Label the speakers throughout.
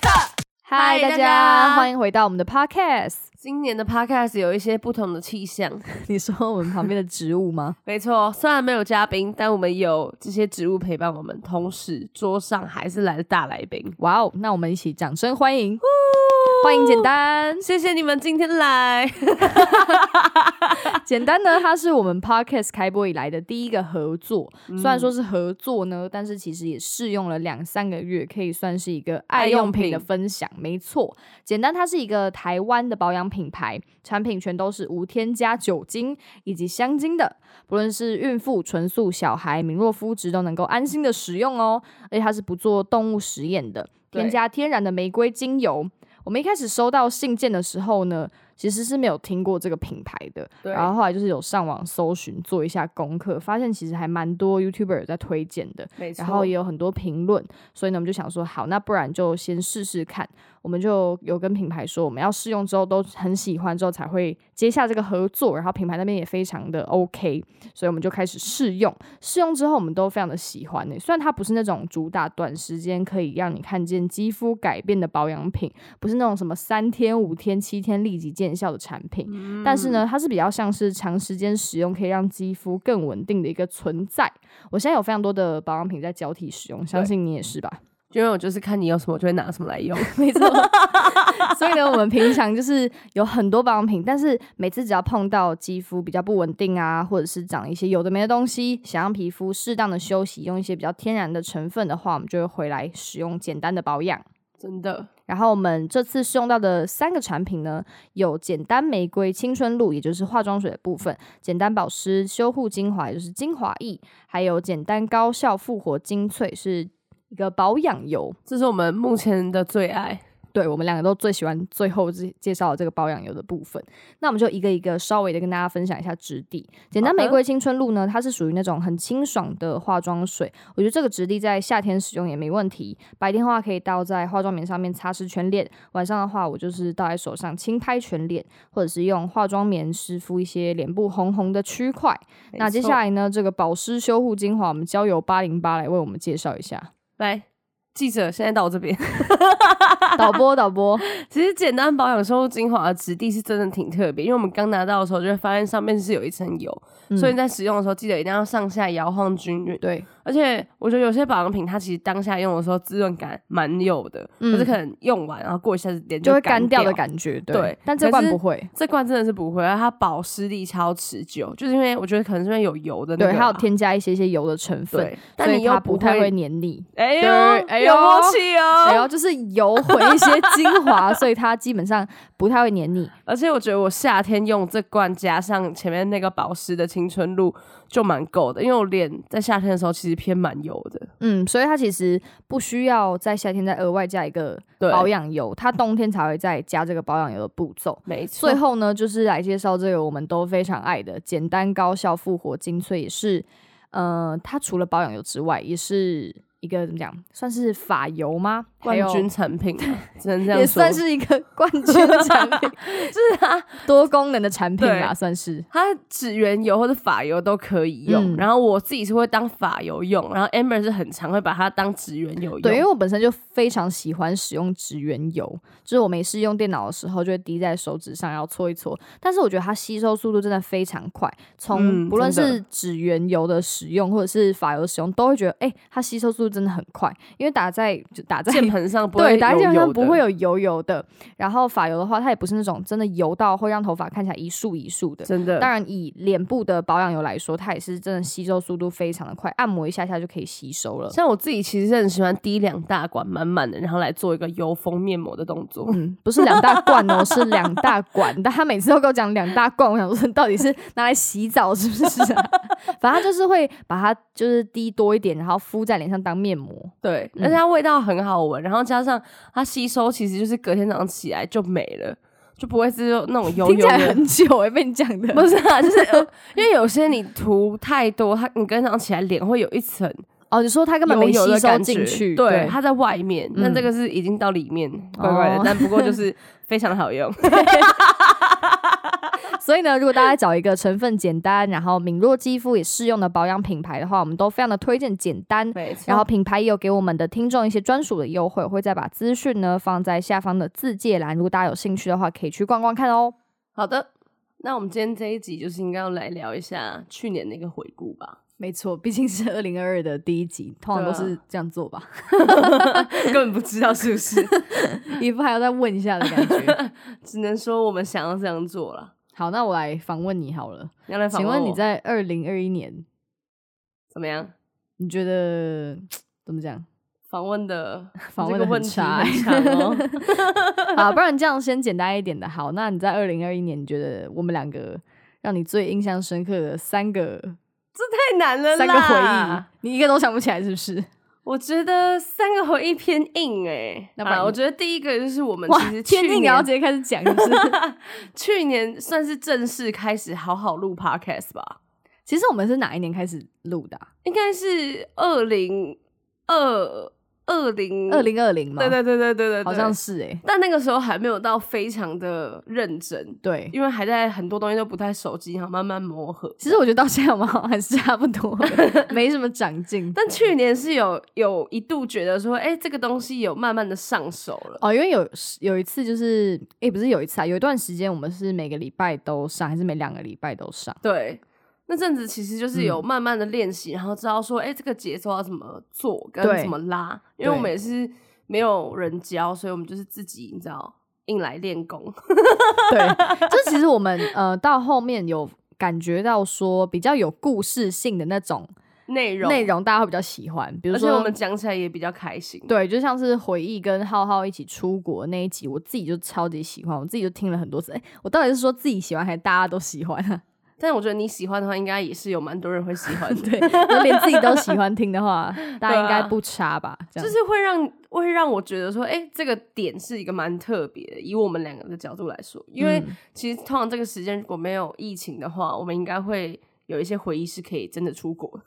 Speaker 1: 嗨，
Speaker 2: 嗨
Speaker 1: 大
Speaker 2: 大
Speaker 1: 家
Speaker 2: 家
Speaker 1: 欢迎回到我们的 podcast。
Speaker 2: 今年的 podcast 有一些不同的气象，
Speaker 1: 你说我们旁边的植物吗？
Speaker 2: 没错，虽然没有嘉宾，但我们有这些植物陪伴我们，同时桌上还是来了大来宾。
Speaker 1: 哇哦，那我们一起掌声欢迎，欢迎简单。
Speaker 2: 谢谢你们今天 来，
Speaker 1: 简单呢，它是我们 podcast 开播以来的第一个合作，虽然说是合作呢，但是其实也试用了两三个月，可以算是一个爱用品的分享。没错，简单它是一个台湾的保养品牌，产品全都是无添加酒精以及香精的，不论是孕妇、纯素、小孩、敏弱肤质都能够安心的使用哦，而且它是不做动物实验的，
Speaker 2: 对
Speaker 1: 添加天然的玫瑰精油。我们一开始收到信件的时候呢，其实是没有听过这个品牌的，
Speaker 2: 对
Speaker 1: 然后后来就是有上网搜寻做一下功课，发现其实还蛮多 YouTuber 有在推荐的，
Speaker 2: 没
Speaker 1: 然后也有很多评论，所以呢我们就想说，好，那不然就先试试看。我们就有跟品牌说，我们要试用之后都很喜欢，之后才会接下这个合作。然后品牌那边也非常的 OK，所以我们就开始试用。试用之后，我们都非常的喜欢呢、欸虽然它不是那种主打短时间可以让你看见肌肤改变的保养品，不是那种什么三天、五天、七天立即见效的产品，但是呢，它是比较像是长时间使用可以让肌肤更稳定的一个存在。我现在有非常多的保养品在交替使用，相信你也是吧？
Speaker 2: 因为我就是看你有什么，我就会拿什么来用。
Speaker 1: 没错。 所以呢，我们平常就是有很多保养品，但是每次只要碰到肌肤比较不稳定啊，或者是长一些有的没的东西，想让皮肤适当的休息，用一些比较天然的成分的话，我们就会回来使用简单的保养。
Speaker 2: 真的，
Speaker 1: 然后我们这次试用到的三个产品呢，有简单玫瑰青春露，也就是化妆水的部分；简单保湿修护精华，也就是精华液；还有简单高效复活精粹，是一个保养油。
Speaker 2: 这是我们目前的最爱。
Speaker 1: 对我们两个都最喜欢最后介介绍的这个保养油的部分。那我们就一个一个稍微的跟大家分享一下质地。简单
Speaker 2: 好的
Speaker 1: 玫瑰青春露呢，它是属于那种很清爽的化妆水，我觉得这个质地在夏天使用也没问题。白天的话可以倒在化妆棉上面擦拭全脸，晚上的话我就是倒在手上轻拍全脸，或者是用化妆棉湿敷一些脸部红红的区块。那接下
Speaker 2: 来
Speaker 1: 来呢，这个保湿修护精华，我们交由八零八来为我们介绍 一下。
Speaker 2: 来。记者现在到我这边。
Speaker 1: 导播，导播，
Speaker 2: 其实简单保养修护精华的质地是真的挺特别，因为我们刚拿到的时候就会发现上面是有一层油，
Speaker 1: 嗯
Speaker 2: 所以在使用的时候记得一定要上下摇晃均匀。
Speaker 1: 对，
Speaker 2: 而且我觉得有些保养品，它其实当下用的时候滋润感蛮有的，
Speaker 1: 嗯
Speaker 2: 可是可能用完然后过一下子脸
Speaker 1: 就会
Speaker 2: 干
Speaker 1: 干掉的
Speaker 2: 感。
Speaker 1: 感觉，对。
Speaker 2: 对
Speaker 1: 但这
Speaker 2: 可
Speaker 1: 罐
Speaker 2: 是
Speaker 1: 不会，
Speaker 2: 这罐真的是不会，它保湿力超持久，就是因为我觉得可能是因为有油的那个
Speaker 1: 对，
Speaker 2: 啊、
Speaker 1: 还有添加一些些油的成分，
Speaker 2: 对，
Speaker 1: 所
Speaker 2: 但
Speaker 1: 以
Speaker 2: 你又
Speaker 1: 它不太会，黏腻。
Speaker 2: 哎呦
Speaker 1: 对哎呦
Speaker 2: 有默契 哦。
Speaker 1: 然后就是油混一些精华，所以它基本上不太会黏 腻。
Speaker 2: 而且我觉得我夏天用这罐加上前面那个保湿的青春露就蛮够的，因为我脸在夏天的时候其实偏蛮油的，
Speaker 1: 嗯，所以它其实不需要在夏天再额外加一个
Speaker 2: 对，
Speaker 1: 保养油，它冬天才会再加这个保养油的步骤。
Speaker 2: 没错
Speaker 1: 最，后呢，就是来介绍这个我们都非常爱的简单高效复活精粹，也是呃，它除了保养油之外，也是一个怎么讲，算是发油吗？还
Speaker 2: 冠
Speaker 1: 有
Speaker 2: 军产品啊只 能这样
Speaker 1: 也
Speaker 2: 说
Speaker 1: 算。是一个冠军产 品，啊
Speaker 2: 就是它
Speaker 1: 多功能的产品啦，
Speaker 2: 对
Speaker 1: 算是。
Speaker 2: 它指缘油或者发油都可以用，
Speaker 1: 嗯
Speaker 2: 然后我自己是会当发油用，然后 Amber 是很常会把它当指缘油用。
Speaker 1: 对，因为我本身就非常喜欢使用植源油，就是我每次用电脑的时候就会滴在手指上，然后搓一搓。但是我觉得它吸收速度真的非常快，从
Speaker 2: 嗯
Speaker 1: 不论
Speaker 2: 真的
Speaker 1: 是植源油的使用或者是发油的使用，都会觉得哎、它吸收速度真的很快，因为打在就打在
Speaker 2: 键盘上不会
Speaker 1: 对，打在键盘上
Speaker 2: 有油的
Speaker 1: 不会有油油的。然后发油的话，它也不是那种真的油到会让头发看起来一束一束的，
Speaker 2: 真的
Speaker 1: 当然，以脸部的保养油来说，它也是真的吸收速度非常的快，按摩一下下就可以吸收了。
Speaker 2: 像我自己其实是很喜欢滴两大管满满的，然后来做一个油封面膜的动作。
Speaker 1: 嗯，不是两大罐哦，是两大管。但他每次都跟我讲两大罐，我想说到底是拿来洗澡是不是、啊？ 反正他就是会把它就是滴多一点，然后敷在脸上当面膜。
Speaker 2: 对，
Speaker 1: 嗯
Speaker 2: 而且它味道很好闻，然后加上它吸收，其实就是隔天早上起来就没了，就不会是那种油
Speaker 1: 听起
Speaker 2: 油
Speaker 1: 来
Speaker 2: 的。
Speaker 1: 很久哎、被你讲 的。
Speaker 2: 不是啊，就是、呃因为有些你涂太多，它你隔天早上起来脸会有一层
Speaker 1: 哦，你说它根本没
Speaker 2: 油油
Speaker 1: 吸
Speaker 2: 的
Speaker 1: 收
Speaker 2: 感
Speaker 1: 进
Speaker 2: 觉，
Speaker 1: 去，
Speaker 2: 对，它在外面，
Speaker 1: 嗯
Speaker 2: 但这个是已经到里面，怪怪的
Speaker 1: 哦，
Speaker 2: 但不过就是非常好用。
Speaker 1: 所以呢，如果大家找一个成分简单，然后敏弱肌肤也适用的保养品牌的话，我们都非常的推荐简单。
Speaker 2: 没
Speaker 1: 然后品牌也有给我们的听众一些专属的优惠，我会再把资讯呢放在下方的字界栏，如果大家有兴趣的话，可以去逛逛看哦。
Speaker 2: 好的，那我们今天这一集就是应该要来聊一下去年的一个回顾 吧，
Speaker 1: 没错，毕竟是二零二二的第一集，通
Speaker 2: 常都是
Speaker 1: 这样做吧，
Speaker 2: 根本不知道是不是，
Speaker 1: 一副还要再问一下的感 觉。
Speaker 2: 只能说我们想要这样做了。
Speaker 1: 好，那我来访问你好了，
Speaker 2: 你要来访
Speaker 1: 请问
Speaker 2: 我
Speaker 1: 你在二零二一年，
Speaker 2: 怎么样？
Speaker 1: 你觉得怎么 讲？
Speaker 2: 访问的
Speaker 1: 访问
Speaker 2: 这
Speaker 1: 得
Speaker 2: 个问
Speaker 1: 很
Speaker 2: 题
Speaker 1: 差
Speaker 2: 很长 哦，
Speaker 1: 好，不然这样先简单一点的。好，那你在二零二一年，你觉得我们两个让你最印象深刻的三个
Speaker 2: 太难了啦。
Speaker 1: 三个回忆，你一个都想不起来是不是？
Speaker 2: 我觉得三个回忆偏硬哎、
Speaker 1: 那不然
Speaker 2: 啊，
Speaker 1: 你
Speaker 2: 我觉得第一个就是我们其
Speaker 1: 哇，
Speaker 2: 实
Speaker 1: 天
Speaker 2: 去
Speaker 1: 硬也要
Speaker 2: 年
Speaker 1: 直接开始讲，是不 是？
Speaker 2: 去年算是正式开始好好录 podcast 吧，
Speaker 1: 其实我们是哪一年开始录的啊？
Speaker 2: 应该是二零二二零
Speaker 1: 二，零二零吗？
Speaker 2: 嗯对对对对对对，
Speaker 1: 好
Speaker 2: 对
Speaker 1: 像是哎、
Speaker 2: 但那个时候还没有到非常的认真，
Speaker 1: 对。
Speaker 2: 因为还在很多东西都不太熟悉，然后慢慢磨合。
Speaker 1: 其实我觉得到现在我们好像还是差不多的， 没什么长进。
Speaker 2: 但去年是有有一度觉得说，哎、这个东西有慢慢的上手了，
Speaker 1: 哦，因为有有一次就是，也、不是有一次啊，有一段时间我们是每个礼拜都上，还是每两个礼拜都上。
Speaker 2: 对。那阵子其实就是有
Speaker 1: 嗯
Speaker 2: 慢慢的练习，然后知道说，哎、这个节奏要怎么做，跟
Speaker 1: 对
Speaker 2: 怎么拉，因为我
Speaker 1: 对
Speaker 2: 们也是没有人教，所以我们就是自己，你知道，硬来练功。
Speaker 1: 对，就其实我们呃到后面有感觉到说比较有故事性的那种
Speaker 2: 内容，
Speaker 1: 内，容，大家会比较喜欢。比如
Speaker 2: 而且
Speaker 1: 说
Speaker 2: 我们讲起来也比较开心。
Speaker 1: 对，就像是回忆跟浩浩一起出国那一集，我自己就超级喜欢，我自己就听了很多次。哎、我到底是说自己喜欢还是大家都喜欢啊？
Speaker 2: 但我觉得你喜欢的话，应该也是有蛮多人会喜欢的。
Speaker 1: 对，就连自己都喜欢听的话，大家应该不差吧？这
Speaker 2: 啊
Speaker 1: 样
Speaker 2: 就是会让会让我觉得说，哎、这个点是一个蛮特别的。以我们两个的角度来说，因为
Speaker 1: 嗯
Speaker 2: 其实通常这个时间如果没有疫情的话，我们应该会有一些回忆是可以真的出国。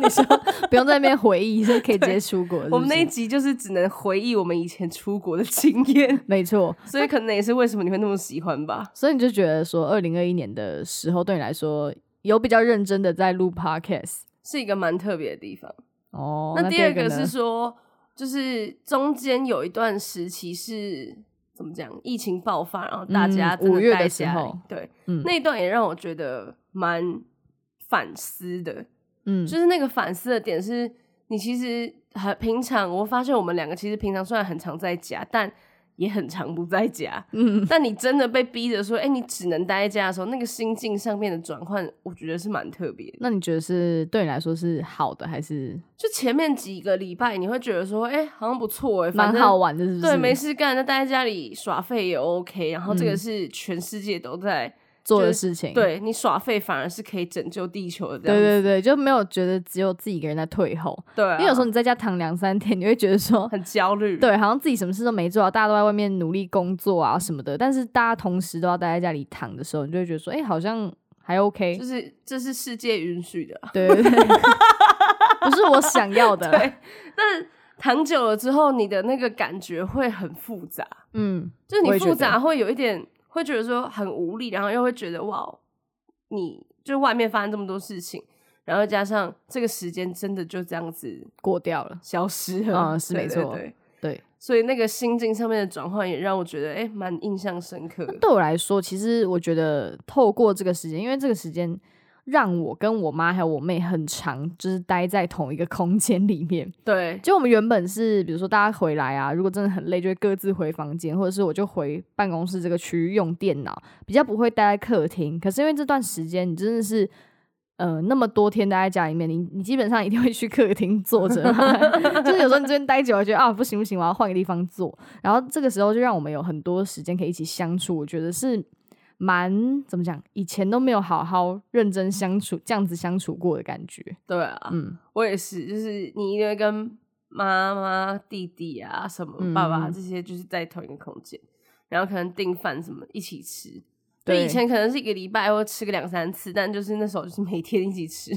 Speaker 1: 你说不用在那边回忆，是可以直接出国。是不
Speaker 2: 我们那一
Speaker 1: 是，
Speaker 2: 集就是只能回忆我们以前出国的经验
Speaker 1: 没错，
Speaker 2: 所以可能也是为什么你会那么喜欢吧。
Speaker 1: 所以你就觉得说，二零二一年的时候对你来说有比较认真的在录 podcast
Speaker 2: 是一个蛮特别的地方。
Speaker 1: 哦。
Speaker 2: 那第二
Speaker 1: 个
Speaker 2: 个
Speaker 1: 呢
Speaker 2: 是说，就是中间有一段时期是怎么讲，疫情爆发，然后大家
Speaker 1: 嗯
Speaker 2: 真
Speaker 1: 五月的
Speaker 2: 待
Speaker 1: 时
Speaker 2: 家里
Speaker 1: 候
Speaker 2: 对，
Speaker 1: 嗯
Speaker 2: 那一段也让我觉得蛮反思的，
Speaker 1: 嗯，
Speaker 2: 就是那个反思的点是，你其实很平常，我发现我们两个其实平常虽然很常在家，但也很常不在 家。
Speaker 1: 嗯，
Speaker 2: 但你真的被逼着说，哎、你只能待在家的时候，那个心境上面的转换，我觉得是蛮特别的。
Speaker 1: 那你觉得是对你来说是好的还是
Speaker 2: 就前面几个礼拜，你会觉得说，哎、好像不错哎、反
Speaker 1: 蛮
Speaker 2: 正
Speaker 1: 好玩的？是不是？
Speaker 2: 对，没事干，那待在家里耍废也 OK。然后这个
Speaker 1: 嗯
Speaker 2: 是全世界都在、
Speaker 1: 做
Speaker 2: 就
Speaker 1: 的
Speaker 2: 是
Speaker 1: 事情。
Speaker 2: 对你耍废，反而是可以拯救地球的这样
Speaker 1: 对
Speaker 2: 子。
Speaker 1: 对对，就没有觉得只有自己一个人在退后，
Speaker 2: 对啊
Speaker 1: 因为有时候你在家躺两三天，你会觉得说。
Speaker 2: 很焦虑。
Speaker 1: 对，好像自己什么事都没做啊，大家都在外面努力工作啊什么的，但是大家同时都要待在家里躺的时候，你就会觉得说，哎、好像还 OK，
Speaker 2: 就是这是世界允许的啊。
Speaker 1: 对对对，不是我想要 的，
Speaker 2: 对，但躺久了之后，你的那个感觉会很复杂，
Speaker 1: 嗯，
Speaker 2: 就是你
Speaker 1: 我也觉得
Speaker 2: 复杂会有一点，会觉得说很无力，然后又会觉得哇，哦你就外面发生这么多事情，然后加上这个时间真的就这样子
Speaker 1: 过掉了，
Speaker 2: 消失了，
Speaker 1: 啊是
Speaker 2: 对
Speaker 1: 没
Speaker 2: 对
Speaker 1: 错
Speaker 2: 对
Speaker 1: 对。
Speaker 2: 所以那个心境上面的转换也让我觉得，哎、蛮印象深刻的。
Speaker 1: 对我来说，其实我觉得透过这个时间，因为这个时间让我跟我妈还有我妹很长，就是待在同一个空间里面。
Speaker 2: 对，
Speaker 1: 就我们原本是，比如说大家回来啊，如果真的很累，就会各自回房间，或者是我就回办公室这个区域用电脑，比较不会待在客厅。可是因为这段时间，你真的是。呃，那么多天待在家里面，你你基本上一定会去客厅坐着嘛， 就是有时候你这边待久了，觉得啊不行不行，我要换个地方坐。然后这个时候就让我们有很多时间可以一起相处，我觉得是蛮怎么讲，以前都没有好好认真相处这样子相处过的感觉。
Speaker 2: 对啊，
Speaker 1: 嗯，
Speaker 2: 我也是，就是你一定会跟妈妈、弟弟啊、什么
Speaker 1: 嗯
Speaker 2: 爸爸这些，就是在同一个空间，然后可能订饭什么一起吃。就
Speaker 1: 对
Speaker 2: 以前可能是一个礼拜会吃个两三次，但就是那时候就是每天一起 吃。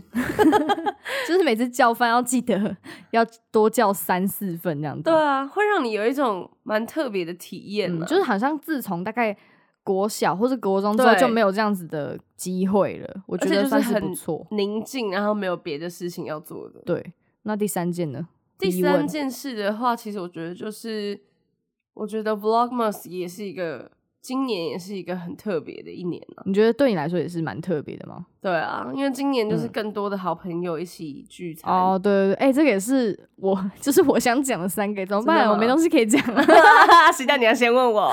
Speaker 1: 就是每次叫饭要记得要多叫三四份这样子。嗯
Speaker 2: 对啊，会让你有一种蛮特别的体验、啊
Speaker 1: 嗯，就是好像自从大概国小或是国中之后
Speaker 2: 对
Speaker 1: 就没有这样子的机会了，我觉
Speaker 2: 而且
Speaker 1: 得
Speaker 2: 就是
Speaker 1: 算是
Speaker 2: 很
Speaker 1: 不错。
Speaker 2: 宁静，然后没有别的事情要做的。
Speaker 1: 对，那第三件呢？
Speaker 2: 第
Speaker 1: 疑
Speaker 2: 三
Speaker 1: 问
Speaker 2: 件事的话，其实我觉得就是，我觉得 Vlogmas 也是一个今年也是一个很特别的一年啊。
Speaker 1: 你觉得对你来说也是蛮特别的吗？
Speaker 2: 对啊，因为今年就是
Speaker 1: 嗯
Speaker 2: 更多的好朋友一起聚餐。
Speaker 1: 哦，对对对，哎、这个也是我，就是我想讲的三个，怎么
Speaker 2: 真的
Speaker 1: 办？我
Speaker 2: 吗
Speaker 1: 没东西可以讲 了，
Speaker 2: 谁叫你要先问我？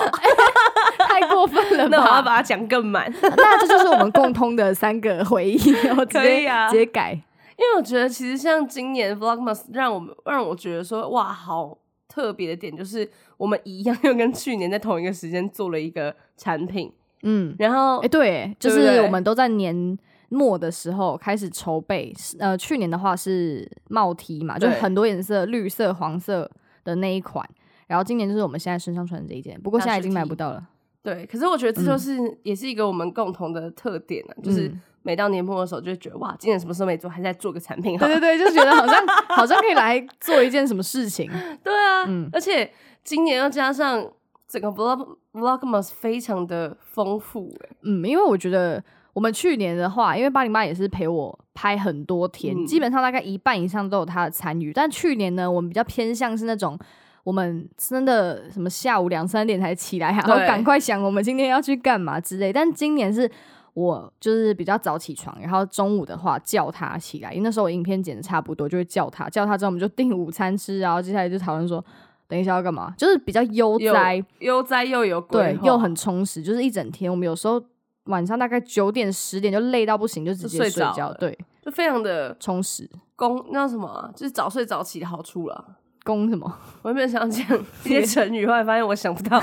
Speaker 1: 太过分了
Speaker 2: 那我要
Speaker 1: 吧？
Speaker 2: 把它讲更满，
Speaker 1: 那这就是我们共通的三个回忆，我直
Speaker 2: 可以
Speaker 1: 接、
Speaker 2: 啊
Speaker 1: 直接改。
Speaker 2: 因为我觉得其实像今年 Vlogmas 让我们让我觉得说哇，好特别的点就是我们一样又跟去年在同一个时间做了一个产品，
Speaker 1: 嗯，
Speaker 2: 然后
Speaker 1: 哎、对，就
Speaker 2: 对不
Speaker 1: 是
Speaker 2: 对
Speaker 1: 我们都在年末的时候开始筹备。是呃，去年的话是帽 T 嘛，就
Speaker 2: 对
Speaker 1: 很多颜色，绿色、黄色的那一款。然后今年就是我们现在身上穿的这一件，不过
Speaker 2: 大
Speaker 1: 现在已
Speaker 2: 学
Speaker 1: 经买
Speaker 2: T
Speaker 1: 不到了。
Speaker 2: 对，可是我觉得这就是、也是一个我们共同的特点啊，就是
Speaker 1: 嗯
Speaker 2: 每到年末的时候就会觉得哇，今年什么时候没做，还在做个产品好
Speaker 1: 对
Speaker 2: 了，
Speaker 1: 对对，就觉得好像好像可以来做一件什么事情。
Speaker 2: 对啊，
Speaker 1: 嗯
Speaker 2: 而且今年又加上整个 vlog vlogmas 非常的丰富、欸，
Speaker 1: 嗯，因为我觉得我们去年的话，因为八零八也是陪我拍很多天，
Speaker 2: 嗯
Speaker 1: 基本上大概一半以上都有他的参与。但去年呢，我们比较偏向是那种。我们真的什么下午两三点才起来啊，然后
Speaker 2: 对
Speaker 1: 赶快想我们今天要去干嘛之类。但今年是我就是比较早起床，然后中午的话叫他起来，因为那时候我影片剪的差不多，就会叫他，叫他之后我们就订午餐吃，然后接下来就讨论说等一下要干嘛，就是比较悠
Speaker 2: 有
Speaker 1: 哉，
Speaker 2: 悠哉又有规
Speaker 1: 对
Speaker 2: 划，，
Speaker 1: 又很充实，就是一整天。我们有时候晚上大概九点十点就累到不行，就直
Speaker 2: 就
Speaker 1: 接
Speaker 2: 睡
Speaker 1: 睡
Speaker 2: 着
Speaker 1: 觉，
Speaker 2: 了
Speaker 1: 对，
Speaker 2: 就非常的
Speaker 1: 充实。
Speaker 2: 公那叫什么啊、就是早睡早起的好处啦。
Speaker 1: 攻什么？
Speaker 2: 我原本想讲这些成语，后来发现我想不到。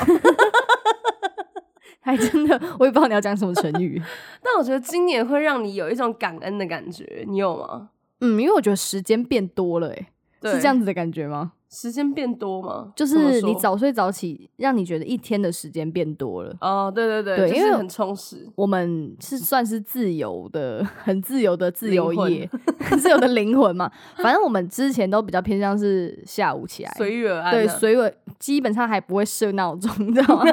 Speaker 1: 还真的，我也不知道你要讲什么成 语。
Speaker 2: 但我觉得今年会让你有一种感恩的感觉，你有吗？
Speaker 1: 嗯，因为我觉得时间变多了、欸，
Speaker 2: 对
Speaker 1: 是这样子的感觉吗？
Speaker 2: 时间变多吗？
Speaker 1: 就
Speaker 2: 怎么
Speaker 1: 是
Speaker 2: 说
Speaker 1: 你早睡早起，让你觉得一天的时间变多了。
Speaker 2: 哦，对对对，
Speaker 1: 对
Speaker 2: 就
Speaker 1: 因为
Speaker 2: 是很充实。
Speaker 1: 我们是算是自由的，很自由的自
Speaker 2: 嗯
Speaker 1: 由
Speaker 2: 灵魂
Speaker 1: 业， 自由的灵魂嘛。反正我们之前都比较偏向是下 午起来，
Speaker 2: 随遇而安啊，
Speaker 1: 对，所以我基本上还不会设闹钟， 你知道吗？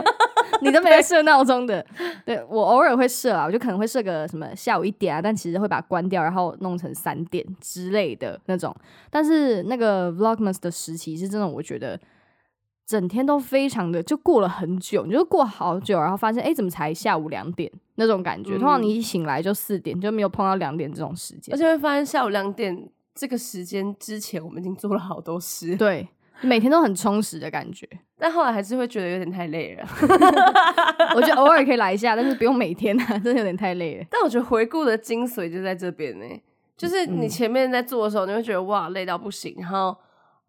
Speaker 1: 你都没在设闹钟的，对我偶尔会设啊，我就可能会设个什么下午一点啊，但其实会把它关掉，然后弄成三点之类的那种。但是那个 Vlogmas 的时期是真的，我觉得整天都非常的就过了很久，你就过好久，然后发现哎、诶怎么才下午两点那种感觉？通常你一醒来就四点，就没有碰到两点这种时间
Speaker 2: 而。且会发现下午两点这个时间之前，我们已经做了好多事，
Speaker 1: 对，每天都很充实的感觉。
Speaker 2: 但后来还是会觉得有点太累了。
Speaker 1: 我觉得偶尔可以来一下，但是不用每天啊， 真的有点太累了。
Speaker 2: 但我觉得回顾的精髓就在这边呢、就是
Speaker 1: 嗯
Speaker 2: 你前面在做的时候，你会觉得哇累到不行，然后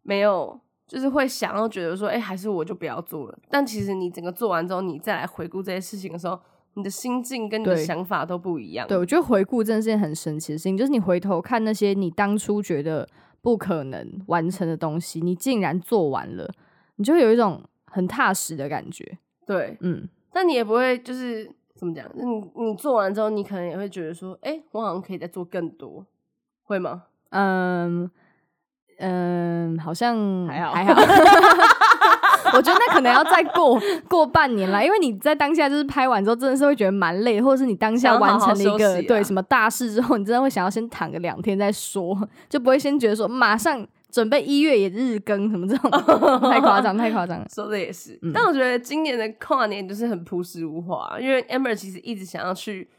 Speaker 2: 没有，就是会想要觉得说，哎、还是我就不要做了。但其实你整个做完之后，你再来回顾这些事情的时候，你的心境跟你的
Speaker 1: 对
Speaker 2: 想法都不一样。
Speaker 1: 对，我觉得回顾真的是件很神奇的事情，就是你回头看那些你当初觉得不可能完成的东西，你竟然做完了，你就会有一种很踏实的感觉。
Speaker 2: 对，
Speaker 1: 嗯，
Speaker 2: 但你也不会就是怎么讲，你你做完之后，你可能也会觉得说，哎、我好像可以再做更多，会吗？
Speaker 1: 嗯嗯，好像
Speaker 2: 还好
Speaker 1: 还好。 我觉得那可能要再过过半年啦，因为你在当下就是拍完之后，真的是会觉得蛮累，或者是你当
Speaker 2: 想
Speaker 1: 下
Speaker 2: 要好
Speaker 1: 完
Speaker 2: 好
Speaker 1: 成了一
Speaker 2: 休
Speaker 1: 个、
Speaker 2: 息啊
Speaker 1: 对什么大事之后，你真的会想要先躺个两天再说，就不会先觉得说马上准备一月也日更什么这种， 太夸张，太夸张了。
Speaker 2: 说的也是，
Speaker 1: 嗯
Speaker 2: 但我觉得今年的跨年就是很朴实无华，因为 Amber 其实一直想要去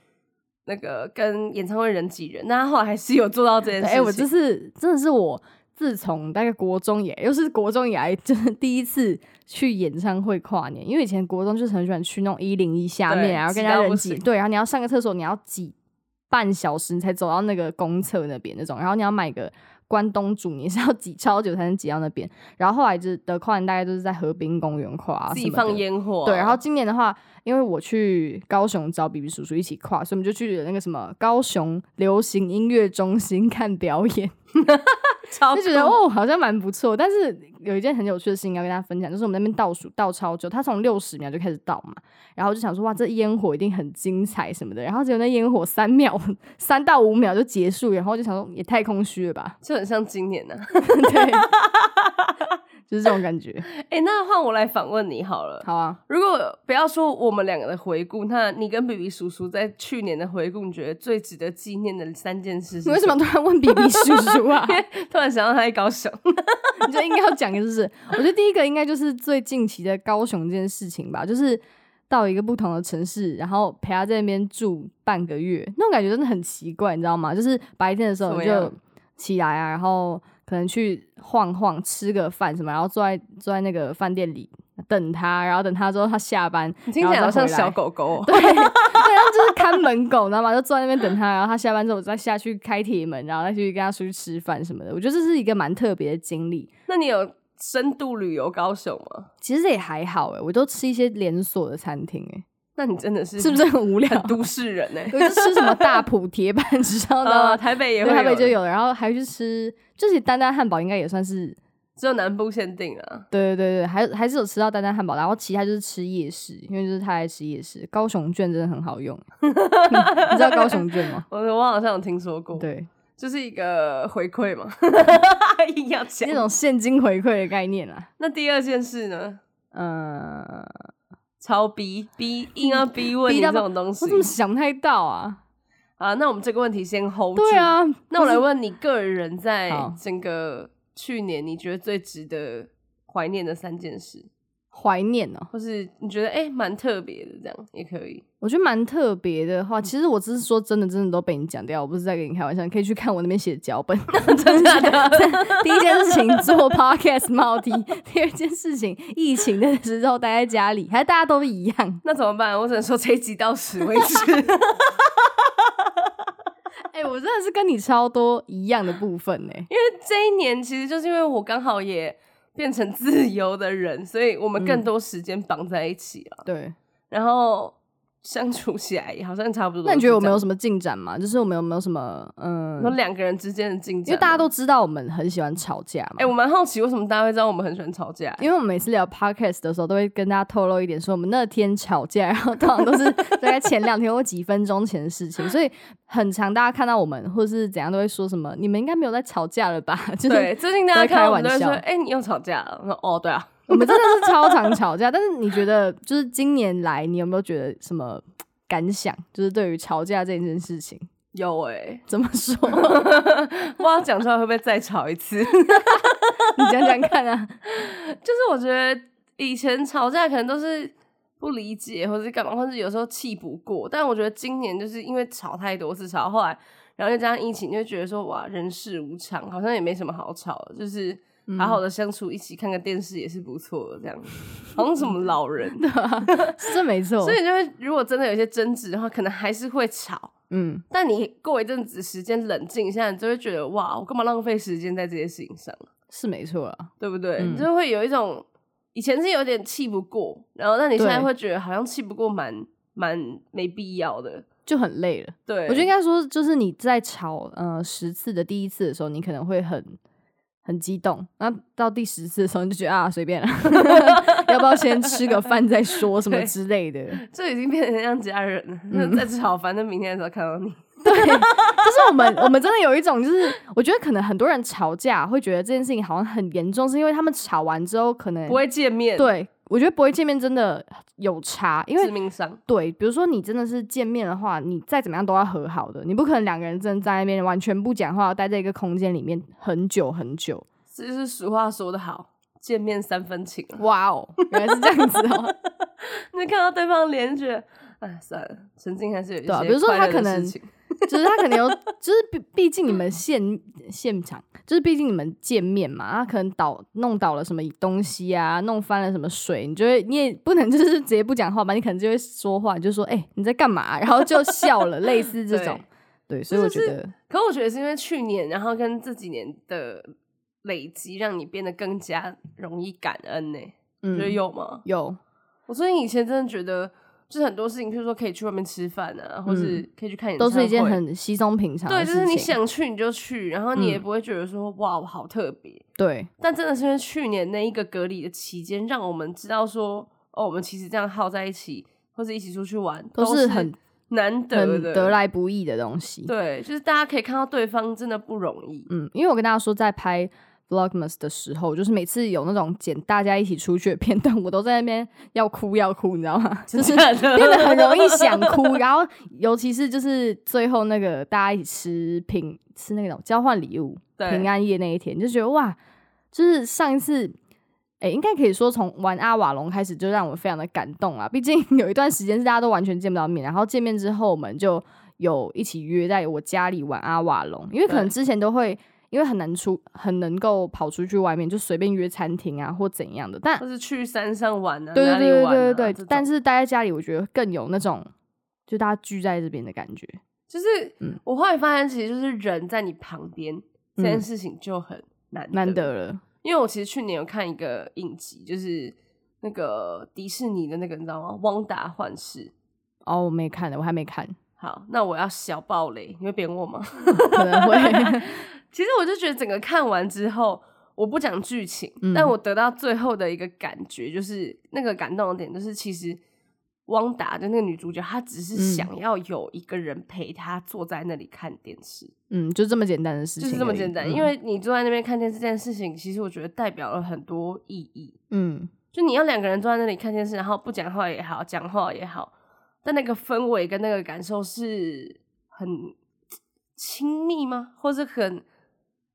Speaker 2: 那个跟演唱会人挤人，那他后来还是有做到这件
Speaker 1: 对
Speaker 2: 事
Speaker 1: 哎、
Speaker 2: 情。
Speaker 1: 我这是真的是我自从大概国中也，又是国中以来，就是第一次去演唱会跨年。因为以前国中就是很喜欢去那种一零一下
Speaker 2: 对
Speaker 1: 面，啊然后跟
Speaker 2: 挤
Speaker 1: 人家
Speaker 2: 到不
Speaker 1: 人挤，
Speaker 2: 行
Speaker 1: 对，然后你要上个厕所，你要挤半小时，你才走到那个公厕那边那种，然后你要买个。关东煮你是要挤超久才能挤到那边，然后后来就的跨年大概都是在河滨公园跨、啊，
Speaker 2: 自己放烟火啊、
Speaker 1: 对，然后今年的话，因为我去高雄找 B B 叔叔一起跨，所以我们就去了那个什么高雄流行音乐中心 看表演，
Speaker 2: 超
Speaker 1: 就觉
Speaker 2: 酷
Speaker 1: 得哦，好像蛮不错。但是有一件很有趣的事情要跟大家分享，就是我们那边倒数倒超久，他从六十秒就开始倒嘛，然后就想说哇，这烟火一定很精彩什么的，然后结果那烟火三秒 三到五秒就结 束，然后就想说也太空虚了吧，
Speaker 2: 就很像今年呢、啊，
Speaker 1: 对， 就是这种感觉。
Speaker 2: 哎、那换我来反问你好了。
Speaker 1: 好啊，
Speaker 2: 如果不要说我们两个的回顾，那你跟比比叔叔在去年的回顾，你觉得最值得纪念的三件事是？
Speaker 1: 你为什么？突然问 B B 叔叔啊？
Speaker 2: 突然想到他在高雄，
Speaker 1: 你就应该要讲一个，就是我觉得第一个应该就是最近期的高雄这件事情吧，就是到一个不同的城市，然后陪他在那边住半个月，那种感觉真的很奇怪，你知道吗？就是白天的时候你
Speaker 2: 怎么
Speaker 1: 就
Speaker 2: 样
Speaker 1: 起来啊，然后可能去晃晃，吃个饭什么，然后坐在坐在那个饭店里等他，然后等他之后他下班，
Speaker 2: 你听起来好像
Speaker 1: 然后再回来
Speaker 2: 小狗狗、哦。
Speaker 1: 对， 对，他就是看门狗，你知道吗？就坐在那边等他，然后他下班之后我再下去开铁门，然后再去跟他出去吃饭什么的。我觉得这是一个蛮特别的经历。
Speaker 2: 那你有深度旅游高雄吗？
Speaker 1: 其实也还好诶、我都吃一些连锁的餐厅诶、
Speaker 2: 那你真的是
Speaker 1: 是不是很无聊？
Speaker 2: 嗯很 都市人呢、 欸
Speaker 1: 我就吃什么大埔铁板 烧
Speaker 2: 呃，
Speaker 1: 的，
Speaker 2: 台北也
Speaker 1: 对，
Speaker 2: 会，
Speaker 1: 台北就，有，然后还去吃，就是丹丹汉堡应该也算是，
Speaker 2: 只有南部限定啊。
Speaker 1: 对对对对，还还是有吃到丹丹汉堡，然后其他就是吃夜市，因为就是太爱吃夜市。高雄卷真的很 好用，你知道高雄卷吗？
Speaker 2: 我我好像有听说过，，
Speaker 1: 对，
Speaker 2: 就是一个回馈嘛， 硬要讲
Speaker 1: 那。种现金回馈的概念啊啦。
Speaker 2: 那第二件事呢？嗯
Speaker 1: 呃，
Speaker 2: 超逼 逼，硬要逼问你
Speaker 1: 逼到
Speaker 2: 这种东西
Speaker 1: 我怎么想不太到啊？
Speaker 2: 啊？那我们这个问题先 hold 住。
Speaker 1: 对，啊，
Speaker 2: 那我来问你个人在
Speaker 1: 好
Speaker 2: 整个去年，你觉得最值得怀念的三件事，
Speaker 1: 怀念哦、
Speaker 2: 或是你觉得哎蛮、特别的，这样也可以。
Speaker 1: 我觉得蛮特别的话，其实我只是说真的，真的都被你讲掉，我不是在跟你开玩笑。你可以去看我那边写的脚 本，真的。 第一件事情做 podcast 帽题，第二件事情疫情的时候待在家里，还是大家都一样。
Speaker 2: 那怎么办？我只能说这一集到此为止。
Speaker 1: 哎、我真的是跟你超多一样的部分欸呢、
Speaker 2: 因为这一年其实就是因为我刚好也变成自由的人，所以我们
Speaker 1: 嗯
Speaker 2: 更多时间绑在一起了，
Speaker 1: 对，
Speaker 2: 然后相处起来也好像差不多。
Speaker 1: 那你觉得我们有
Speaker 2: 什
Speaker 1: 什么进展吗？就是我们有没有什么嗯
Speaker 2: 么？，两个人之间的竞争，
Speaker 1: 因为大家都知道我们很喜欢吵架嘛。
Speaker 2: 哎、我蛮好奇为什么大家会知道我们很喜欢吵架。
Speaker 1: 因为我们每次聊 podcast 的时候，都会跟大家透露一点，说我们那天吵架， 然后通常都是大概前两天或几分钟前的事情， 所以很常大家看到我们或是怎样，都会说什么“你们应该没有在吵架了吧？” 就是
Speaker 2: 对，最近大家看到我们都会说
Speaker 1: 都：“在
Speaker 2: 哎、你又吵架了。”我说：“哦，对 啊。
Speaker 1: 我们真的是超常吵架。但是你觉得，就是今年来，你有没有觉得什么感想？就是对于吵架这件事情，”
Speaker 2: 有哎、
Speaker 1: 怎么说？
Speaker 2: 不知道讲出来会不会再吵一次。
Speaker 1: 你讲讲看啊。
Speaker 2: 就是我觉得以前吵架可能都是不理解或者是干嘛，或者有时候气不过，但我觉得今年就是因为吵太多次，吵到后来，然后又加上疫情，就觉得说哇，人事无常，好像也没什么好吵的，就是。好好的相处，一起看个电视也是不错的，这样好像什么老人，
Speaker 1: 是这没错，
Speaker 2: 所以就会如果真的有一些争执的话，可能还是会吵，
Speaker 1: 嗯，
Speaker 2: 但你过一阵子时间冷静一下，你就会觉得哇，我干嘛浪费时间在这些事情上？
Speaker 1: 是没错了。
Speaker 2: 对不对？
Speaker 1: 嗯
Speaker 2: 就会有一种以前是有点气不过，然后那你现在
Speaker 1: 对
Speaker 2: 会觉得好像气不过蛮蛮没必要的。
Speaker 1: 就很累了，
Speaker 2: 对，
Speaker 1: 我觉得应该说，就是你在吵呃十次的第一次的时候，你可能会很很激动，那到第十次的时候，你就觉得啊随便了， 要不要先吃个饭再说什么
Speaker 2: 对
Speaker 1: 之类的。
Speaker 2: 这已经变成像家人了。
Speaker 1: 嗯
Speaker 2: 那 再吵，反正明天的时候看到你。
Speaker 1: 就是我们我们真的有一种，就是我觉得可能很多人吵架会觉得这件事情好像很严重，是因为他们吵完之后可能
Speaker 2: 不会见面，，
Speaker 1: 对。我觉得不会见面真的有差，因为
Speaker 2: 致命伤。
Speaker 1: 对，比如说你真的是见面的话，你再怎么样都要和好的，你不可能两个人真的在那边完全不讲话，待在一个空间里面很久很久。
Speaker 2: 这就是俗话说得好，见面三分情啊。
Speaker 1: 哇哦， 原来是这样子哦。
Speaker 2: 你看到对方连觉得，哎，算了，曾经还是有一些
Speaker 1: 对啊比如说他
Speaker 2: 快乐的
Speaker 1: 可能
Speaker 2: 事情
Speaker 1: 就是他可能有，就是毕毕竟你们现现场，就是毕竟你们见面嘛，啊他可能倒弄倒了什么东西啊，弄翻了什么水，你就会你也不能就是直接不讲话吧，你可能就会说话，你就说哎、你在干嘛、然后就笑了，类似这种。对，所以我觉得
Speaker 2: 可我觉得是因为去年，然后跟这几年的累积，让你变得更加容易感恩呢、你觉得
Speaker 1: 嗯
Speaker 2: 有吗？
Speaker 1: 有
Speaker 2: 我最近以前真的觉得，就是很多事情，譬如说可以去外面吃饭啊，或是可以去看演唱
Speaker 1: 嗯都
Speaker 2: 会，
Speaker 1: 是一件很稀松平常
Speaker 2: 对，
Speaker 1: 的
Speaker 2: 就
Speaker 1: 事情。
Speaker 2: 是你想去你就去，然后你也
Speaker 1: 嗯
Speaker 2: 不会觉得说、哇，我好特别。
Speaker 1: 对，
Speaker 2: 但真的是因为去年那一个隔离的期间，让我们知道说，哦，我们其实这样耗在一起，或者一起出去玩，
Speaker 1: 都
Speaker 2: 都
Speaker 1: 是很
Speaker 2: 难得
Speaker 1: 很
Speaker 2: 的。
Speaker 1: 得来不易的东西。
Speaker 2: 对，就是大家可以看到对方真的不容易。
Speaker 1: 嗯，因为我跟大家说，在拍 Vlogmas 的时候，就是每次有那种剪大家一起出去的片段，我都在那边要哭要哭，你知道吗？就是
Speaker 2: 真的
Speaker 1: 嗯 变得很容易想哭，然后尤其是就是最后那个大家一起吃平吃那种交换礼物
Speaker 2: 对
Speaker 1: 平安夜那一天，就觉得哇，就是上一次。哎、应该可以说从玩阿瓦隆开始就让我非常的感动啊！毕竟 有一段时间是大家都完全见不到面，然后见面之后我们就有一起约在我家里玩阿瓦隆，因为可能
Speaker 2: 对
Speaker 1: 之前都会因为很难出很能够跑出去外面，就随便约餐厅啊或怎样的，但
Speaker 2: 或是去山上玩啊，
Speaker 1: 对
Speaker 2: 哪
Speaker 1: 对
Speaker 2: 里
Speaker 1: 对
Speaker 2: 玩啊
Speaker 1: 对对
Speaker 2: 这
Speaker 1: 对
Speaker 2: 种，
Speaker 1: 但是待在家里，我觉得更有那种就大家聚在这边的感觉。
Speaker 2: 就是、
Speaker 1: 嗯
Speaker 2: 我后来发现，其实就是人在你旁边这件
Speaker 1: 嗯
Speaker 2: 事情就很难
Speaker 1: 难得了，
Speaker 2: 因为我其实去年有看一个影集，就是那个迪士尼的那个，你知道吗？汪达幻视。
Speaker 1: 哦，我没看呢，我还没看，
Speaker 2: 好，那我要小暴雷，你会扁我吗？
Speaker 1: 可能会
Speaker 2: 其实我就觉得整个看完之后，我不讲剧情，
Speaker 1: 嗯
Speaker 2: 但我得到最后的一个感觉，就是那个感动的点，就是其实汪达的那个女主角，她只是
Speaker 1: 嗯
Speaker 2: 想要有一个人陪她坐在那里看电视，
Speaker 1: 嗯，就这么简单的事
Speaker 2: 就
Speaker 1: 情而已，
Speaker 2: 是这么简单。
Speaker 1: 嗯
Speaker 2: 因为你坐在那边看电视这件事情，其实我觉得代表了很多意义。
Speaker 1: 嗯
Speaker 2: 就你要两个人坐在那里看电视，然后不讲话也好，讲话也好，但那个氛围跟那个感受是很亲密吗？或是很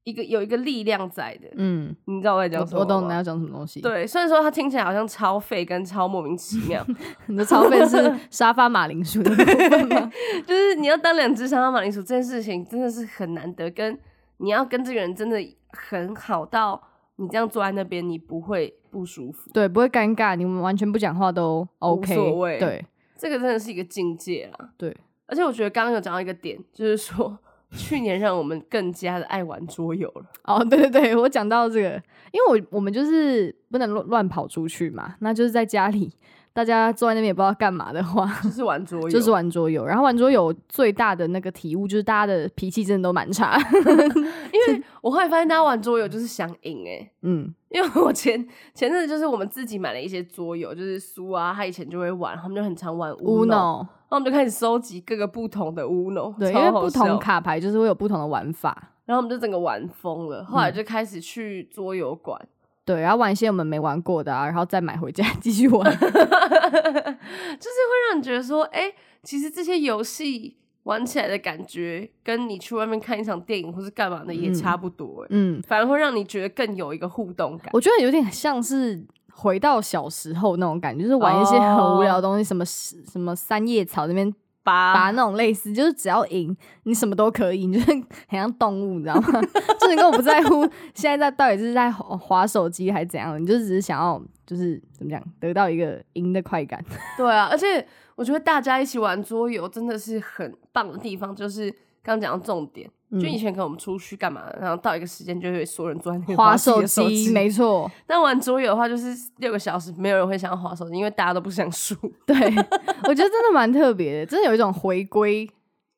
Speaker 2: 一个有一个力量在的？
Speaker 1: 嗯，
Speaker 2: 你知道我在
Speaker 1: 我
Speaker 2: 讲什么
Speaker 1: 我
Speaker 2: 吗
Speaker 1: 懂你要讲什么东西，，
Speaker 2: 对，虽然说它听起来好像超废跟超莫名其妙，
Speaker 1: 你的 超费是沙发马铃薯的 部分吗？
Speaker 2: 就是你要当两只长发马铃薯这件事情真的是很难得，跟你要跟这个人真的很好到你这样坐在那边你不会不舒服，
Speaker 1: 对，不会尴尬，你们完全不讲话都 OK，
Speaker 2: 所谓
Speaker 1: 对，
Speaker 2: 这个真的是一个境界啦。
Speaker 1: 对，
Speaker 2: 而且我觉得刚刚有讲到一个点，就是说去年让我们更加的爱玩桌游 了。
Speaker 1: 哦，对对对，我讲到这个，因为我我们就是不能乱乱跑出去嘛，那就是在家里，大家坐在那边也不知道干嘛的话，
Speaker 2: 就是玩桌游，
Speaker 1: 就是玩桌游。然后玩桌游最大的那个体悟就是大家的脾气真的都蛮差。
Speaker 2: 因为我后来发现大家玩桌游就是想赢哎、
Speaker 1: 嗯
Speaker 2: 因为我前前阵子就是我们自己买了一些桌游，就是苏啊，他以前就会玩，他们就很常玩 Uno，
Speaker 1: ，Uno，
Speaker 2: 然后我们就开始收集各个不同的 Uno，
Speaker 1: 对，因
Speaker 2: 超
Speaker 1: 为
Speaker 2: 好
Speaker 1: 不
Speaker 2: 笑
Speaker 1: 同，卡牌就是会有不同的玩法。
Speaker 2: 然后我们就整个玩疯了，
Speaker 1: 嗯
Speaker 2: 后来就开始去桌游馆，
Speaker 1: 对，然后玩一些我们没玩过的啊，然后再买回家继续玩。
Speaker 2: 就是会让你觉得说，哎、其实这些游戏玩起来的感觉，跟你去外面看一场电影或是干嘛的也
Speaker 1: 嗯
Speaker 2: 差不多、哎、
Speaker 1: 嗯，
Speaker 2: 反而会让你觉得更有一个互动感。
Speaker 1: 我觉得有点像是回到小时候那种感觉，就是玩一些很无聊的东西，什么什么三叶草那边
Speaker 2: 拔
Speaker 1: 拔那种类似，就是只要赢你什么都可以，你就是很像动物，你知道吗？ 就是你根本不在乎现在在到底是在划划手机还是怎样，你就只是想要就是怎么讲得到一个赢的快感。
Speaker 2: 对啊，而且我觉得大家一起玩桌游真的是很棒的地方，就是刚刚讲到重点，
Speaker 1: 嗯
Speaker 2: 就以前可能我们出去干嘛，然后到一个时间就会所有人坐在那边
Speaker 1: 划
Speaker 2: 手
Speaker 1: 手机，没错，
Speaker 2: 但玩桌游的话，就是六个小时没有人会想要划手机，因为大家都不想 输。
Speaker 1: 对我觉得真的蛮特别的，真的有一种回归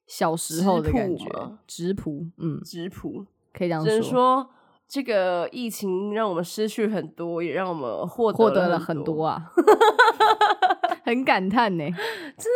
Speaker 1: 小时候的感觉
Speaker 2: 质朴吗，
Speaker 1: 直朴，嗯，
Speaker 2: 直朴，
Speaker 1: 可以这样
Speaker 2: 只能
Speaker 1: 说，
Speaker 2: 说这个疫情让我们失去很多，也让我们获
Speaker 1: 获
Speaker 2: 得
Speaker 1: 得
Speaker 2: 了
Speaker 1: 了很多，啊， 很感叹呢、
Speaker 2: 真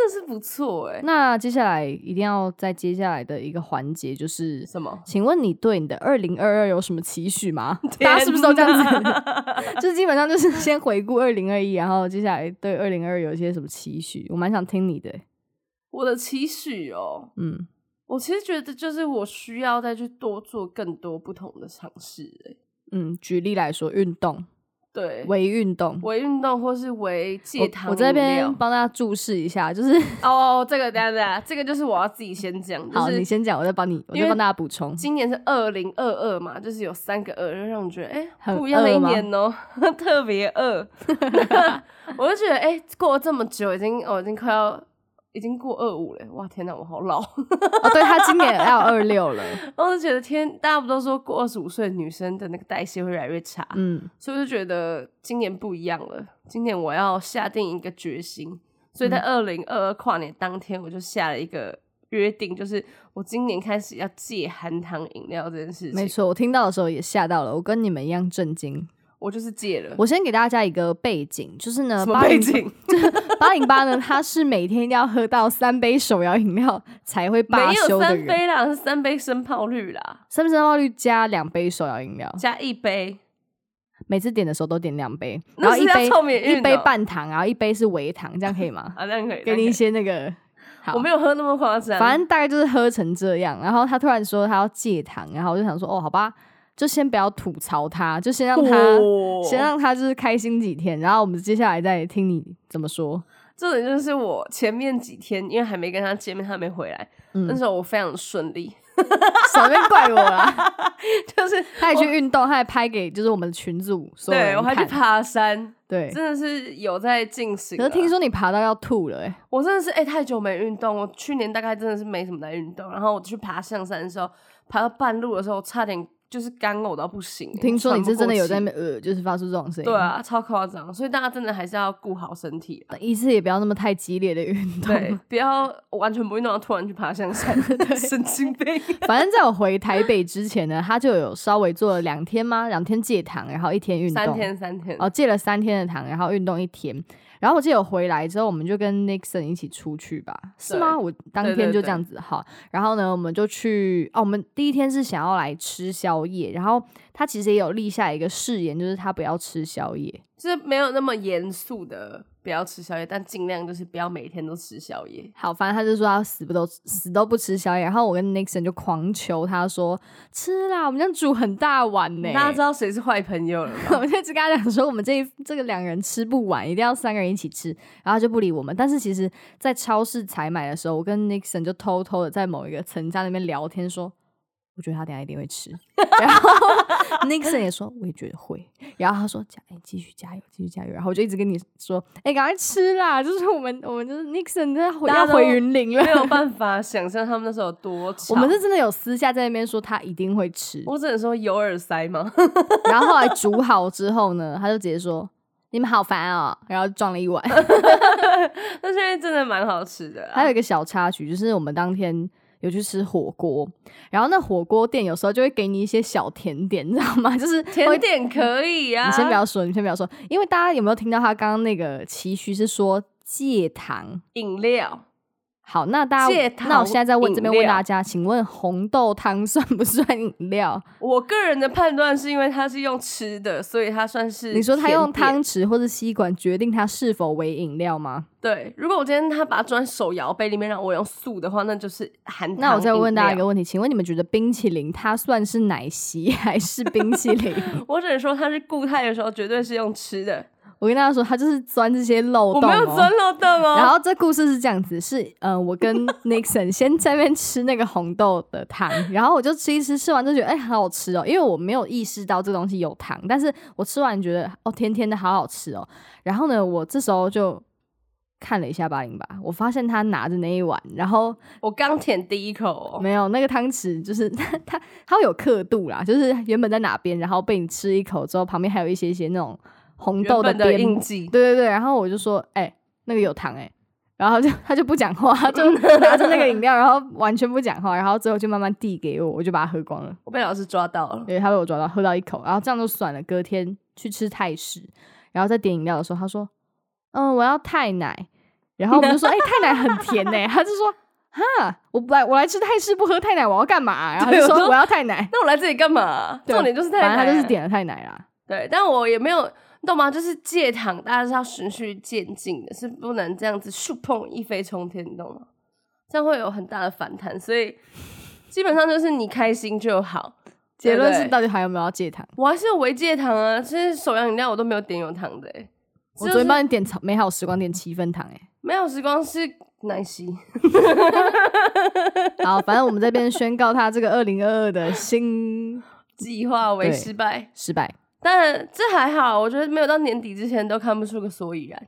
Speaker 2: 的是不错哎、
Speaker 1: 那接下来一定要在接下来的一个环节就是
Speaker 2: 什么？
Speaker 1: 请问你对你的二零二二有什么期许吗？
Speaker 2: 天
Speaker 1: 大家是不是都这样子？
Speaker 2: 哪
Speaker 1: 就是基本上就是先回顾二零二一，然后接下来对二零二有一些什么期许？我蛮想听你的，
Speaker 2: 我的期许哦，
Speaker 1: 嗯
Speaker 2: 我其实觉得就是我需要再去多做更多不同的尝试、欸，
Speaker 1: 嗯，举例来说，运动，
Speaker 2: 对，
Speaker 1: 微运动。
Speaker 2: 为运动或是为戒
Speaker 1: 我
Speaker 2: 糖
Speaker 1: 我在这
Speaker 2: 饮
Speaker 1: 边
Speaker 2: 料
Speaker 1: 帮大家注释一下，就是
Speaker 2: 哦，这个等一下等一下，这个就是我要自己先讲，就
Speaker 1: 好，你
Speaker 2: 是
Speaker 1: 先讲，我再帮你，我
Speaker 2: 因
Speaker 1: 再
Speaker 2: 为
Speaker 1: 帮大家补充。
Speaker 2: 今年是二零二二嘛，就是有三个二，就让我觉得哎、
Speaker 1: 很
Speaker 2: 不一样的一
Speaker 1: 饿吗
Speaker 2: 年哦、 特别二，我就觉得哎、过了这么久，已经我、哦、已经快要已经过二五了，哇天哪，我好老，
Speaker 1: 哦，对他今年要二六了，
Speaker 2: 然后我就觉得天，大家不都说过二十五岁的女生的那个代谢会越来越差，
Speaker 1: 嗯
Speaker 2: 所以我就觉得今年不一样了，今年我要下定一个决心，所以在
Speaker 1: 嗯
Speaker 2: 二零二二跨年当天，我就下了一个约定，就是我今年开始要戒含糖饮料这件事情。
Speaker 1: 没，错，我听到的时候也吓到了，我跟你们一样震惊。
Speaker 2: 我就是戒了。
Speaker 1: 我先给大家一个背景，就是呢，
Speaker 2: 什么
Speaker 1: 呃八
Speaker 2: 背
Speaker 1: 零
Speaker 2: 景？
Speaker 1: 八零八呢，他是每天一定要喝到三杯手摇饮料才会罢
Speaker 2: 没有
Speaker 1: 休的
Speaker 2: 三
Speaker 1: 人，
Speaker 2: 杯啦，是三杯生泡绿啦，
Speaker 1: 三杯生泡绿加两杯手摇饮料，
Speaker 2: 加一杯，
Speaker 1: 每次点的时候都点两杯，
Speaker 2: 那
Speaker 1: 然后
Speaker 2: 是
Speaker 1: 一
Speaker 2: 要
Speaker 1: 杯
Speaker 2: 凑免运
Speaker 1: 一杯
Speaker 2: 哦
Speaker 1: 半糖，然后一杯是微糖，这样可以 吗？
Speaker 2: 啊，那样可以。
Speaker 1: 给你
Speaker 2: 那
Speaker 1: 一
Speaker 2: 样
Speaker 1: 些那个，
Speaker 2: 可以，
Speaker 1: 好
Speaker 2: 我没有喝那么夸张，
Speaker 1: 反正大概就是喝成这样。然后他突然说他要戒糖，然后我就想说，哦，好吧，就先不要吐槽他，就先让他、
Speaker 2: 哦
Speaker 1: 先让他就是开心几天，然后我们接下来再听你怎么说。
Speaker 2: 重点就是我前面几天因为还没跟他见面，他没回来，
Speaker 1: 嗯
Speaker 2: 那时候我非常顺利，
Speaker 1: 少在那边怪我啦！
Speaker 2: 就是
Speaker 1: 他还去运动，他还拍给就是我们群组所有人
Speaker 2: 对我还去
Speaker 1: 看
Speaker 2: 爬山，
Speaker 1: 对。
Speaker 2: 真的是有在进行
Speaker 1: 可
Speaker 2: 啦。
Speaker 1: 是听说你爬到要吐了、欸，
Speaker 2: 我真的是哎、欸太久没运动，我去年大概真的是没什么在运动，然后我去爬象山的时候，爬到半路的时候，差点就是干呕到不行。
Speaker 1: 听说你是真的有在
Speaker 2: 喘
Speaker 1: 那边呃，就是发出这种声
Speaker 2: 不过
Speaker 1: 音。
Speaker 2: 气对，啊，超夸张，所以大家真的还是要顾好身体啊。
Speaker 1: 一次也不要那么太激烈的运动。
Speaker 2: 对，不要完全不运动，然后突然去爬象山，神经病。
Speaker 1: 反正在我回台北之前呢，他就有稍微做了两天吗？两天戒糖，然后一天 运动。
Speaker 2: 三天三天，
Speaker 1: 哦，戒了三天的糖，然后运动一天。然后我记得我回来之后，我们就跟 Nixon 一起出去吧，是吗？我当
Speaker 2: 对对
Speaker 1: 天
Speaker 2: 对
Speaker 1: 就这样子哈。然后呢，我们就去哦，我们第一天是想要来吃宵夜，然后他其实也有立下一个誓言，就是他不要吃宵夜。
Speaker 2: 就是没有那么严肃的，不要吃宵夜，但尽量就是不要每天都吃宵夜。
Speaker 1: 好，反正他就说他死不都死都不吃宵夜。然后我跟 Nixon 就狂求他说吃啦，我们这样煮很大碗呢、
Speaker 2: 大家知道谁是坏朋友了
Speaker 1: 我
Speaker 2: 吗？
Speaker 1: 们就一直跟他讲说，我们这一这个两人吃不完，一定要三个人一起吃，然后他就不理我们。但是其实，在超市采买的时候，我跟 Nixon 就偷偷的在某一个层在那边聊天说。我觉得他等一下一定会吃， 然 后 Nixon 也说，我也觉得会。然后他说加，哎、继续加油，继续加油。然后我就一直跟你说，哎、赶快吃啦！就是我们，我们就是 Nixon 在回
Speaker 2: 大
Speaker 1: 要
Speaker 2: 家都
Speaker 1: 回云林
Speaker 2: 没有
Speaker 1: 了。
Speaker 2: 办法想象他们那时候有多吵。
Speaker 1: 我们是真的有私下在那边说他一定 会吃，
Speaker 2: 我只能说有耳塞吗？
Speaker 1: 然后后来煮好之后呢，他就直接说：“你们好烦哦！”然后撞了一碗。
Speaker 2: 但是因为真的蛮好吃的啊啦。
Speaker 1: 还有一个小插曲，就是我们当天有去吃火锅，然后那火锅店有时候就会给你一些小甜点，你知道吗？ 就是
Speaker 2: 甜
Speaker 1: 会。
Speaker 2: 点可以啊，
Speaker 1: 你先不要说，你先不要说，因为大家有没有听到他刚刚那个期许是说戒糖？
Speaker 2: 饮料，
Speaker 1: 好，那大家
Speaker 2: 戒糖
Speaker 1: 那我现在在问
Speaker 2: 饮
Speaker 1: 这边问
Speaker 2: 料
Speaker 1: 大家，请问红豆汤 算不算饮料？
Speaker 2: 我个人的判断是因为它是用吃的，所以它算是
Speaker 1: 你说他用
Speaker 2: 甜点
Speaker 1: 汤匙或是吸管决定它是否为饮料吗？
Speaker 2: 对。如果我今天他把它装在手摇杯里面，让我用素的话，那就是含糖饮料。
Speaker 1: 那我再问大家一个问题，请问你们觉得冰淇淋它算是奶昔还是冰淇 淋？
Speaker 2: 我只能说它是固态的时候，绝对是用吃的，
Speaker 1: 我跟大家说，它就是钻这些漏
Speaker 2: 我
Speaker 1: 洞、
Speaker 2: 没有
Speaker 1: 哦
Speaker 2: 钻漏洞哦。
Speaker 1: 然后这故事是这样子，是呃，我跟 Nixon 先在那边吃那个红豆的糖，然后我就吃一吃，吃完就觉得哎、好好吃哦，因为我没有意识到这东西有糖，但是我吃完觉得哦，甜甜的好好吃哦。然后呢，我这时候就看了一下八零八，我发现他拿着那一碗，然后
Speaker 2: 我刚舔第一口、哦，
Speaker 1: 没有，那个汤匙就是 它，它它会有刻度啦，就是原本在哪边，然后被你吃一口之后，旁边还有一些一些那种红
Speaker 2: 原
Speaker 1: 豆
Speaker 2: 本的
Speaker 1: 边，
Speaker 2: 印
Speaker 1: 对
Speaker 2: 记，
Speaker 1: 对对。然后我就说，哎、那个有糖哎、然后他就他就不讲话， 就拿着那个饮料，然后完全不讲话，然后最后就慢慢递给我，我就把它喝光了。
Speaker 2: 我被老师抓到了。
Speaker 1: 因为他被我抓到，喝到一口，然后这样就算了。隔天去吃泰式，然后在点饮料的时候，他说：“嗯，我要泰奶。”然后我们就说：“哎、泰奶很甜呢、他就说：“哈，我不来，我来吃泰式，不喝泰奶，我要干嘛、啊然后他就
Speaker 2: 对我
Speaker 1: 说：“
Speaker 2: 说
Speaker 1: 我要泰奶。
Speaker 2: 那我来这里干嘛、
Speaker 1: 对
Speaker 2: 重点就是”太
Speaker 1: 反正他
Speaker 2: 奶
Speaker 1: 就是
Speaker 2: 啊
Speaker 1: 点了泰奶啦。
Speaker 2: 对，但我也没有，你懂吗？就是戒糖，大家是要循序渐进的，是不能这样子咻碰一飞冲天，你懂吗？这样会有很大的反弹，所以基本上就是你开心就好。
Speaker 1: 结论
Speaker 2: 对
Speaker 1: 是，
Speaker 2: 不对
Speaker 1: 到底还有没有要戒糖？
Speaker 2: 我还是有微戒糖啊，其实手摇饮料我都没有点有糖的、欸，
Speaker 1: 我
Speaker 2: 就是
Speaker 1: 昨天帮你点草美好时光点七分糖、欸，
Speaker 2: 没有时光是奶昔，
Speaker 1: 哎，好，反正我们这边宣告他这个二零二二的新
Speaker 2: 计划为
Speaker 1: 对
Speaker 2: 失败。
Speaker 1: 失败。
Speaker 2: 但这还好，我觉得没有到年底之前都看不出个所以然。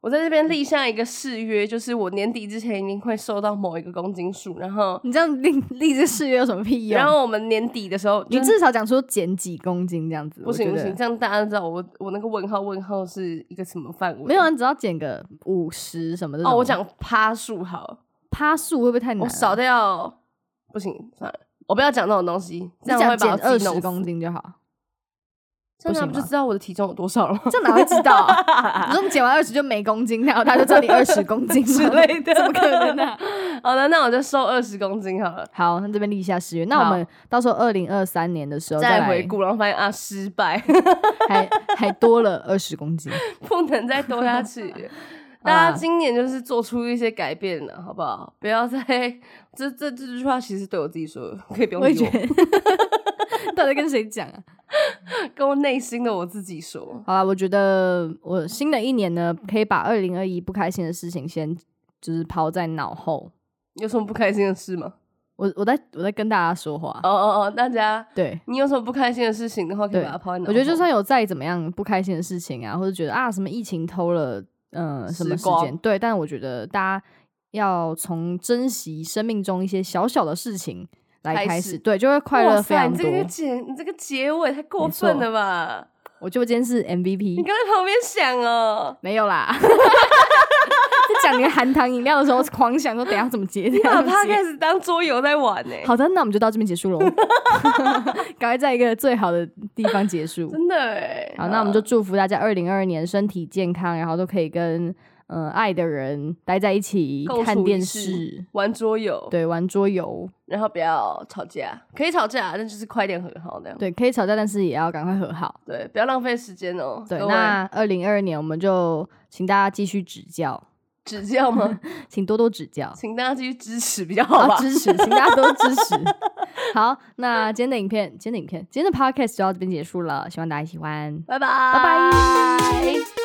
Speaker 2: 我在这边立下一个誓约，就是我年底之前一定会瘦到某一个公斤数，然后，
Speaker 1: 你这样立立这誓约有什么屁用？
Speaker 2: 然后我们年底的时候，
Speaker 1: 你
Speaker 2: 就是
Speaker 1: 至少讲说减几公斤这样子，
Speaker 2: 不行
Speaker 1: 我
Speaker 2: 不
Speaker 1: 觉得
Speaker 2: 行，这样大家知道我我那个问号问号是一个什么范围？
Speaker 1: 没有，啊，你只要减个五十什么的。
Speaker 2: 哦，我讲趴数好，
Speaker 1: 趴数会不会太难啊？
Speaker 2: 我少掉，不行，算了，我不要讲这种东西，这
Speaker 1: 你
Speaker 2: 样会
Speaker 1: 讲
Speaker 2: 把
Speaker 1: 减
Speaker 2: 我
Speaker 1: 二
Speaker 2: 自己
Speaker 1: 十
Speaker 2: 弄死
Speaker 1: 公，斤就好。
Speaker 2: 这样他
Speaker 1: 行
Speaker 2: 不就
Speaker 1: 吗
Speaker 2: 知道我的体重有多少了 吗？
Speaker 1: 这哪会知道、 啊？你说你减完二十就没公斤，然后他就知道你二十公斤
Speaker 2: 之
Speaker 1: 吗
Speaker 2: 类的，
Speaker 1: 怎么可能呢、
Speaker 2: 好的，那我就瘦二十公斤好了，
Speaker 1: 好，那这边立下誓言，那我们到时候二零二三年的时候
Speaker 2: 再
Speaker 1: 来
Speaker 2: 回，顾，然后发现啊失 败，
Speaker 1: 还还多了二十公斤。
Speaker 2: 不能再多下 去。
Speaker 1: 啊
Speaker 2: 大家今年就是做出一些改变了，好不好？不要再这这这句话其实对我自己说的，可以不用
Speaker 1: 我也
Speaker 2: 理
Speaker 1: 觉
Speaker 2: 我，
Speaker 1: 得， 到底跟谁讲啊？
Speaker 2: 跟我内心的我自己说。
Speaker 1: 好啦，我觉得我新的一年呢，可以把二零二一不开心的事情先就是抛在脑后。
Speaker 2: 有什么不开心的事吗？
Speaker 1: 我我在我在跟大家说话，
Speaker 2: 哦哦哦，大家，
Speaker 1: 对，
Speaker 2: 你有什么不开心的事情的话，可以
Speaker 1: 对
Speaker 2: 把它抛在脑后。
Speaker 1: 我觉得就算有再怎么样不开心的事情啊，或者觉得啊什么疫情偷了嗯、呃、什么
Speaker 2: 时
Speaker 1: 时
Speaker 2: 光
Speaker 1: 间，对，但我觉得大家要从珍惜生命中一些小小的事情来
Speaker 2: 开
Speaker 1: 开
Speaker 2: 始
Speaker 1: 始，对，就会快
Speaker 2: 哇
Speaker 1: 乐非
Speaker 2: 塞，
Speaker 1: 常
Speaker 2: 你
Speaker 1: 多。
Speaker 2: 这个结，你这个结尾太过
Speaker 1: 没错
Speaker 2: 分了吧？
Speaker 1: 我觉得我今天是
Speaker 2: 你
Speaker 1: MVP，
Speaker 2: 刚在旁边想 哦，
Speaker 1: 没有啦。在讲你的含糖饮料的时候，狂想说等一下怎么接，等 一
Speaker 2: 把
Speaker 1: 下怎么
Speaker 2: 它
Speaker 1: 接
Speaker 2: 开始当桌游在玩呢、
Speaker 1: 好的，那我们就到这边结束喽，赶快在一个最好的地方结束。
Speaker 2: 真的哎、
Speaker 1: 好，那我们就祝福大家二零二二年身体健康，然后都可以跟嗯、呃爱的人待在一起
Speaker 2: 共，处
Speaker 1: 看
Speaker 2: 一
Speaker 1: 电
Speaker 2: 室
Speaker 1: 视，
Speaker 2: 玩桌游，，
Speaker 1: 对，玩桌游，
Speaker 2: 然后不要吵架，可以吵架，但就是快点和好那样。
Speaker 1: 对，可以吵架，但是也要赶快和好。
Speaker 2: 对，不要浪费时间哦、
Speaker 1: 对，
Speaker 2: 各位
Speaker 1: 那二零二二年我们就请大家继续指教，
Speaker 2: 指教吗？
Speaker 1: 请多多指教，
Speaker 2: 请大家继续支持比较好吧
Speaker 1: 好。啊支持，请大家多支 持。好，那今天的影片，今天的影片，今天的 podcast 就到这边结束了，希望大家喜欢。
Speaker 2: 拜拜，
Speaker 1: 拜
Speaker 2: 拜
Speaker 1: 拜。